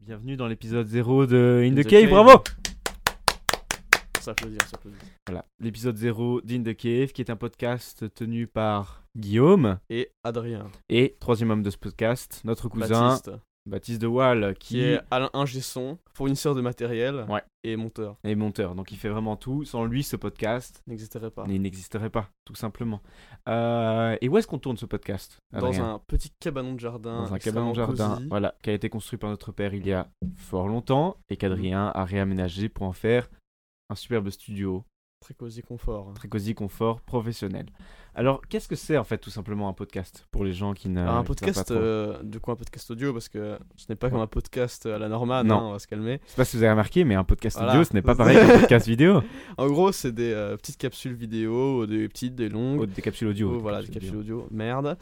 Bienvenue dans l'épisode 0 de In the, the Cave, Cave. bravo Ça applaudit, ça applaudit. Voilà, l'épisode 0 d'In the Cave, qui est un podcast tenu par Guillaume Et Adrien, et troisième homme de ce podcast, notre cousin Baptiste, Baptiste, de Waal, qui, qui est Alain ingé son, fournisseur de matériel Ouais. et monteur. est monteur. Donc il fait vraiment tout. Sans lui, ce podcast N'existerait pas. il n'existerait pas, tout simplement. Euh, et où est-ce qu'on tourne ce podcast Dans Adrien un petit cabanon de jardin. Dans un cabanon de extrêmement jardin, cosy. voilà, qui a été construit par notre père il y a fort longtemps et qu'Adrien a réaménagé pour en faire un superbe studio, Très cosy confort. très cosy, confort, professionnel. Alors, qu'est-ce que c'est en fait tout simplement un podcast pour les gens qui ne Alors, un qui savent pas podcast, trop euh, du coup, un podcast audio, parce que ce n'est pas comme un podcast à la normale, Non. hein, on va se calmer. Je sais pas si vous avez remarqué, mais un podcast Voilà. audio, ce n'est pas pareil qu'un podcast vidéo. En gros, c'est des euh, petites capsules vidéo, des petites, des longues. Oh, des capsules audio. Oh, voilà, des capsules audio. Merde.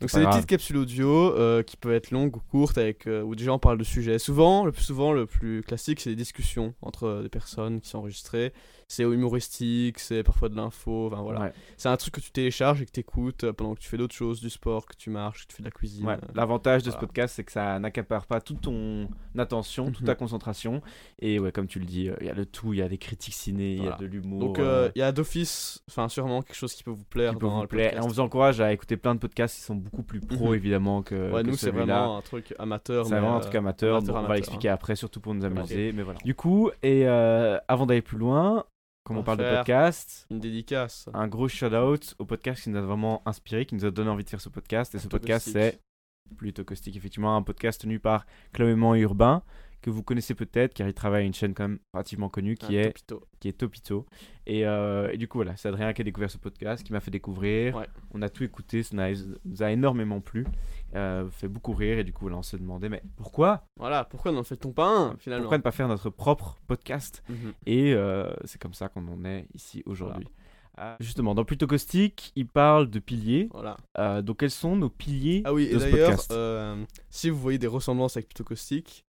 Donc pas c'est des grave. petites capsules audio euh, qui peuvent être longues ou courtes, avec, euh, où des gens parlent de sujets. Souvent, le plus souvent, le plus classique, c'est des discussions entre euh, des personnes qui sont enregistrées. C'est humoristique, c'est parfois de l'info. Enfin voilà. Ouais. C'est un truc que tu télécharges et que tu écoutes pendant que tu fais d'autres choses, du sport, que tu marches, que tu fais de la cuisine. Ouais, euh. L'avantage de ce Voilà. podcast, c'est que ça n'accapare pas toute ton attention, toute Mhm. ta concentration. Et ouais, comme tu le dis, euh, il y a le tout, il y a des critiques ciné, il y Voilà. a de l'humour. Donc euh, euh, il y a d'office, enfin sûrement quelque chose qui peut vous plaire qui peut dans vous le plaire. Et podcast. on vous encourage à écouter plein de podcasts qui sont beaucoup plus pro, Mhm. évidemment, que, Ouais, euh, que nous c'est celui-là. vraiment un truc amateur. C'est mais, vraiment un euh, truc amateur, amateur, donc on va amateur, l'expliquer après, surtout pour nous amuser, mais voilà. Ok. Du coup, et euh, avant d'aller plus loin, comme On on, va parle de faire- podcast, Une dédicace. un gros shout-out au podcast qui nous a vraiment inspiré, qui nous a donné envie de faire ce podcast. Et ce Plutôt podcast, caustique. c'est Plutôt Caustique, effectivement, un podcast tenu par Clément Urbain, que vous connaissez peut-être, car il travaille à une chaîne quand même relativement connue, qui Un est topito. qui est Topito. Et, euh, et du coup, voilà, c'est Adrien qui a découvert ce podcast, qui m'a fait découvrir. Ouais. On a tout écouté, ça n'a- nous a énormément plu, euh, fait beaucoup rire. Et du coup, là, on s'est demandé, mais pourquoi Voilà, pourquoi n'en fait-on pas un finalement Pourquoi ne pas faire notre propre podcast Mhm. Et euh, c'est comme ça qu'on en est ici aujourd'hui. Euh, justement, dans Plutôt Caustique, il parle de piliers. Voilà. Euh, donc, quels sont nos piliers Ah oui, et de ce d'ailleurs, podcast euh, si vous voyez des ressemblances avec Plutôt Caustique,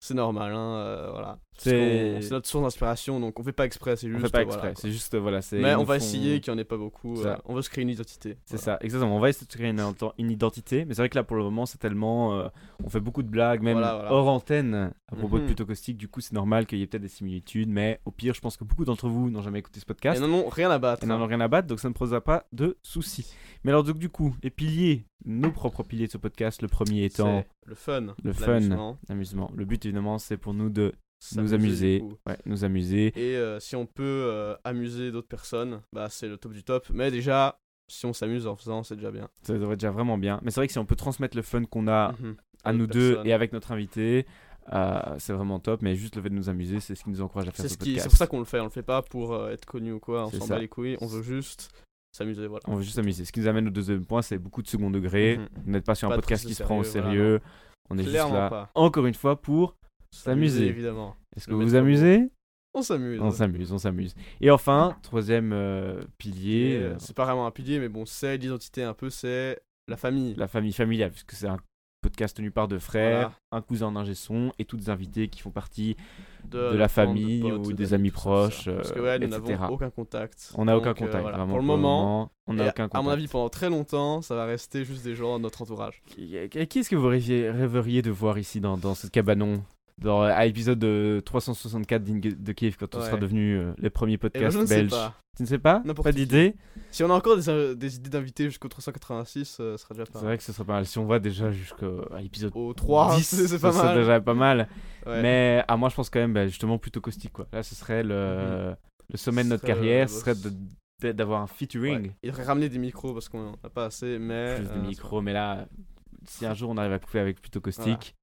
c'est normal, hein, euh, voilà. Parce C'est- qu'on- C'est notre source d'inspiration, donc on fait pas exprès, c'est On juste. fait pas euh, exprès, voilà, quoi. c'est juste, voilà. c'est- Mais ils on nous va font- essayer qu'il n'y en ait pas beaucoup. C'est euh, ça. on veut se créer une identité. C'est voilà. ça, exactement. On va essayer de se créer une, ident- une identité, mais c'est vrai que là pour le moment, c'est tellement. euh, on fait beaucoup de blagues, même Voilà, voilà. hors antenne, à propos de Mhm. Plutôt Caustique. Du coup, c'est normal qu'il y ait peut-être des similitudes, mais au pire, je pense que beaucoup d'entre vous n'ont jamais écouté ce Et podcast. non, non, rien à battre. hein. Et n'en ont rien à battre, donc ça ne posera pas de soucis. Mais alors, donc, du coup, les piliers, nos propres piliers de ce podcast, le premier étant C'est le fun. hein. Le fun. l'amusement, l'amusement. Le but, évidemment, c'est pour nous de nous s'amuser amuser, du coup. ouais, nous amuser. Et euh, si on peut euh, amuser d'autres personnes, bah c'est le top du top. Mais déjà, si on s'amuse en faisant, c'est déjà bien. Ça devrait être déjà vraiment bien. Mais c'est vrai que si on peut transmettre le fun qu'on a Mhm. à D'autres nous deux personnes. et avec notre invité. euh, c'est vraiment top, mais juste le fait de nous amuser, c'est ce qui nous encourage à faire C'est ce, ce qui- podcast. c'est pour ça qu'on le fait, on le fait pas pour euh, être connu ou quoi, on C'est s'en ça. bat les couilles, on veut juste s'amuser, voilà. On veut juste s'amuser. Ce qui nous amène au deuxième point, c'est beaucoup de second degré. Mhm. Vous n'êtes pas sur un Pas de podcast prise qui de se prend au sérieux, voilà, sérieux. on est Clairement juste là, pas. encore une fois, pour S'amuser. évidemment. est-ce que Le vous vous maître mot. amusez On s'amuse. On s'amuse, on s'amuse. Et enfin, troisième euh, Et, pilier, euh, euh, c'est pas vraiment un pilier, mais bon, c'est l'identité un peu, c'est la famille. la famille familiale, puisque c'est un podcast tenu par deux frères, Voilà. un cousin d'un son et toutes les invitées qui font partie. De, la bande de famille potes, ou des d'amis, amis tout ça, proches, tout ça. Parce que euh, ouais, nous etc. n'avons aucun contact. On n'a aucun Donc, euh, contact, voilà. vraiment. Pour le moment, on n'a et aucun contact. à mon avis, pendant très longtemps, ça va rester juste des gens de notre entourage. Qui- qui- Qui est-ce que vous rêviez- rêveriez de voir ici dans, dans ce cabanon dans, à l'épisode euh, 364 d'Ing- de Kiev quand on Ouais. sera devenu euh, les premiers Et ben, podcasts je ne sais belges pas. Tu ne sais pas N'importe Pas qui. d'idée Si on a encore des, euh, des idées d'invités jusqu'au 386, euh, ce sera déjà pas C'est vrai que ce serait pas mal. Si on va déjà jusqu'à l'épisode Au 3, 10, c'est pas ce serait mal. déjà pas mal. Ouais. Mais à moi, je pense quand même, bah, justement, plutôt caustique. Quoi. Là, ce serait le, le sommet de Mhm. Ce notre serait le- carrière, le ce serait boss. de- de- d'avoir un featuring. Ouais. Il devrait ramener des micros parce qu'on n'en a pas assez, mais. plus de euh, micro, mais là, si un jour on arrive à couper avec plutôt caustique,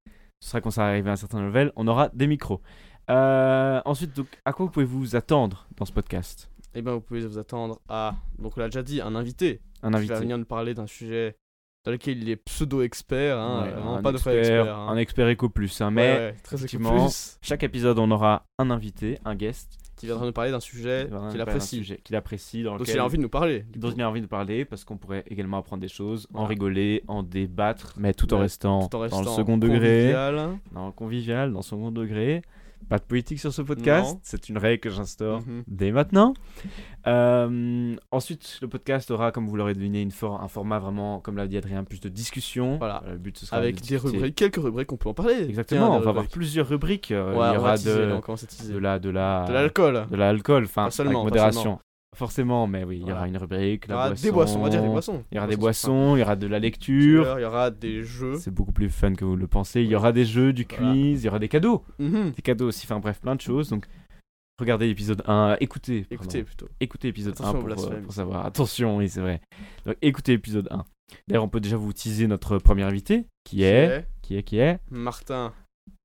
ce sera qu'on sera arrivé à un certain level, on aura des micros. Euh, ensuite, donc, à quoi pouvez-vous vous attendre dans ce podcast Eh bien, vous pouvez vous attendre à, donc on l'a déjà dit, un invité, Un qui invité va venir nous parler d'un sujet dans lequel il est pseudo-expert, hein, Ouais, vraiment un pas de vrai expert. hein. Un expert éco plus, hein, Ouais, mais ouais, très effectivement, effectivement, chaque épisode on aura un invité, un guest, qui viendra nous parler d'un sujet qui va qu'il parler d'un apprécie. sujet qu'il apprécie, dans Donc, lequel il a envie de nous parler. du dont coup, il a envie de parler, parce qu'on pourrait également apprendre des choses, en Voilà. rigoler, en débattre, mais tout en Mais restant, tout en restant dans le second degré, convivial. dans le convivial, dans le second degré. Pas de politique sur ce podcast. Non. C'est une règle que j'instaure Mhm. dès maintenant. Euh, ensuite, le podcast aura, comme vous l'aurez deviné, une for- un format vraiment, comme l'a dit Adrien, plus de discussion. Voilà. Euh, Le but, ce sera de Avec des discuter- rubriques, quelques rubriques, on peut en parler. Exactement, Tiens, on des va avoir rubriques. plusieurs rubriques. Euh, Ouais, il y on va aura teaser, là, de, on commence à teaser. de la, de la, De l'alcool. de l'alcool, enfin, Pas seulement, avec pas modération. seulement. Forcément, mais oui, il y aura Voilà. une rubrique, Il y la aura boisson, des boissons, on va dire des boissons. Il y aura des Boissons, boissons, il y aura de la c'est lecture. sympa. Il y aura des jeux. C'est beaucoup plus fun que vous le pensez. Il y aura des jeux, du quiz, Voilà. il y aura des cadeaux. Mhm. Des cadeaux aussi, enfin bref, plein de choses. Donc, regardez l'épisode 1, écoutez. pardon. Écoutez plutôt. écoutez épisode Attention au 1 pour, euh, blasphème. pour savoir. Attention, oui, c'est vrai. Donc écoutez épisode 1. D'ailleurs, on peut déjà vous teaser notre premier invité, qui est, C'est qui est, qui est Martin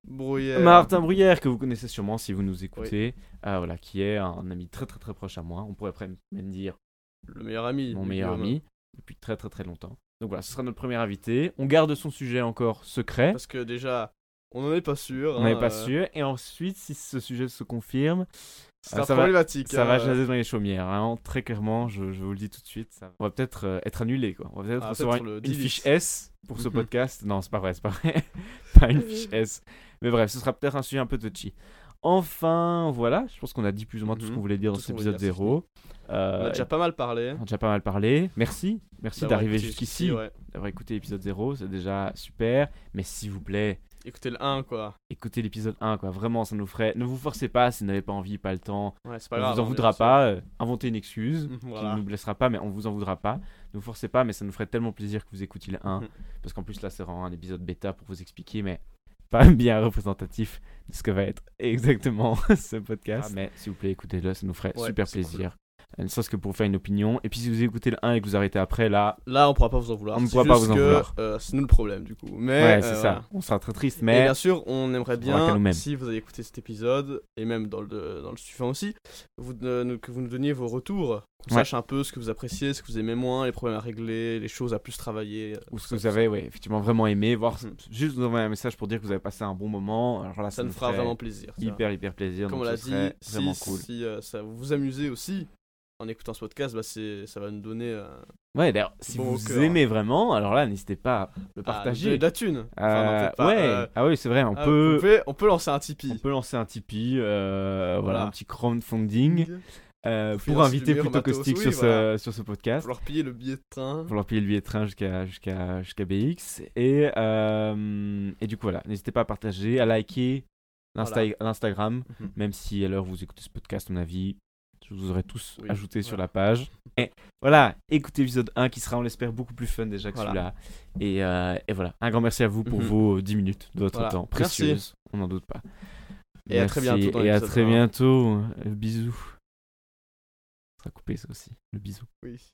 Brouillère. Martin Bruyère, que vous connaissez sûrement si vous nous écoutez. Ah, voilà, qui est un ami très très très proche à moi. On pourrait après même dire Le meilleur ami. euh, mon du meilleur Guillaume. ami depuis très très très longtemps. Donc voilà, ce sera notre premier invité. On garde son sujet encore secret. Parce que déjà, on n'en est pas sûr. On hein, n'est pas euh, sûr. Et ensuite, si ce sujet se confirme, C'est Ah, un ça va- problématique. ça hein, va euh, jaser dans les chaumières. Vraiment, très clairement, je, je vous le dis tout de suite. Ça on va peut-être euh, être annulé. Quoi. On va peut-être Ah, recevoir peut-être le une, une 10. fiche S pour ce Mhm. podcast. Non, c'est pas vrai, c'est pas vrai. pas une fiche S. Mais bref, ce sera peut-être un sujet un peu touchy. Enfin, voilà, je pense qu'on a dit plus ou moins tout ce Mhm. qu'on voulait dire Tout dans ce cet qu'on voulait épisode dire, c'est 0. Euh, On a déjà pas mal parlé. on a déjà pas mal parlé. Merci, Ah, merci d'avoir d'arriver écouté jusqu'ici, ouais. d'avoir écouté l'épisode 0, c'est déjà super. Mais s'il vous plaît, Écoutez le 1, quoi. écoutez l'épisode 1, quoi. Vraiment, ça nous ferait. Ne vous forcez pas si vous n'avez pas envie, pas le temps. Ouais, c'est On pas grave. vous en on est voudra aussi- pas. euh, inventez une excuse Mhm, qui Voilà. ne nous blessera pas, mais on vous en voudra pas. Ne vous forcez pas, mais ça nous ferait tellement plaisir que vous écoutiez le 1. Mhm. Parce qu'en plus, là, c'est vraiment un épisode bêta pour vous expliquer, mais pas bien représentatif de ce que va être exactement ce podcast. mais s'il vous plaît, écoutez-le, ça nous ferait Ah, Ouais, super c'est cool. plaisir. Euh, Ne serait-ce que pour faire une opinion. Et puis, si vous écoutez le 1 et que vous arrêtez après, là, Là, on pourra pas vous en vouloir. On ne c'est pourra pas juste vous en que, vouloir. euh, c'est nous le problème, du coup. Mais, ouais, euh, c'est voilà. ça. On sera très triste, Et mais bien sûr, on faudra aimerait qu'à bien, nous-mêmes. si vous avez écouté cet épisode, et même dans le, dans le suivant aussi, vous, de- nous- que vous nous donniez vos retours, qu'on Ouais. sache un peu ce que vous appréciez, ce que vous aimez moins, les problèmes à régler, les choses à plus travailler. ou ce que vous tout ça, tout ça. avez ouais, effectivement vraiment aimé, voire Mhm. juste nous envoyer un message pour dire que vous avez passé un bon moment. Alors là, ça, Ça nous fera ferait vraiment plaisir. ça. hyper, hyper plaisir. Comme on donc l'a ce dit, serait si, vraiment cool. si, euh, ça vous vous amusez aussi en écoutant ce podcast, bah, c'est- ça va nous donner euh, Ouais, d'ailleurs, si Bon au vous cœur. aimez vraiment, alors là, n'hésitez pas à le à nous donner partager. de la thune. Enfin, non, Euh, peut-être pas, ouais, euh, ah oui, c'est vrai, on ah, peut. vous pouvez- on peut lancer un On Tipeee. peut lancer un Tipeee, euh, voilà. Voilà. un petit crowdfunding euh, Pour pour financer inviter du meilleur plutôt matos, caustique oui, sur, ce, voilà. sur ce podcast, Pour leur payer le billet de train. pour leur payer le billet de train jusqu'à jusqu'à jusqu'à BX. Et, euh, et du coup, voilà, n'hésitez pas à partager, à liker l'Insta- Voilà. l'Instagram, Mhm. même si à l'heure où vous écoutez ce podcast, à mon avis, je vous aurais tous Oui, ajouté sur voilà. la page. Et voilà, écoutez épisode 1 qui sera, on l'espère, beaucoup plus fun déjà que Voilà. celui-là. Et, euh, et voilà, un grand merci à vous pour Mhm. vos 10 minutes de votre Voilà. temps Merci. précieux. On n'en doute pas. Et à très bientôt dans et à l'épisode très un. bientôt. Euh, Bisous. Ça sera coupé ça aussi. Le bisou. Oui.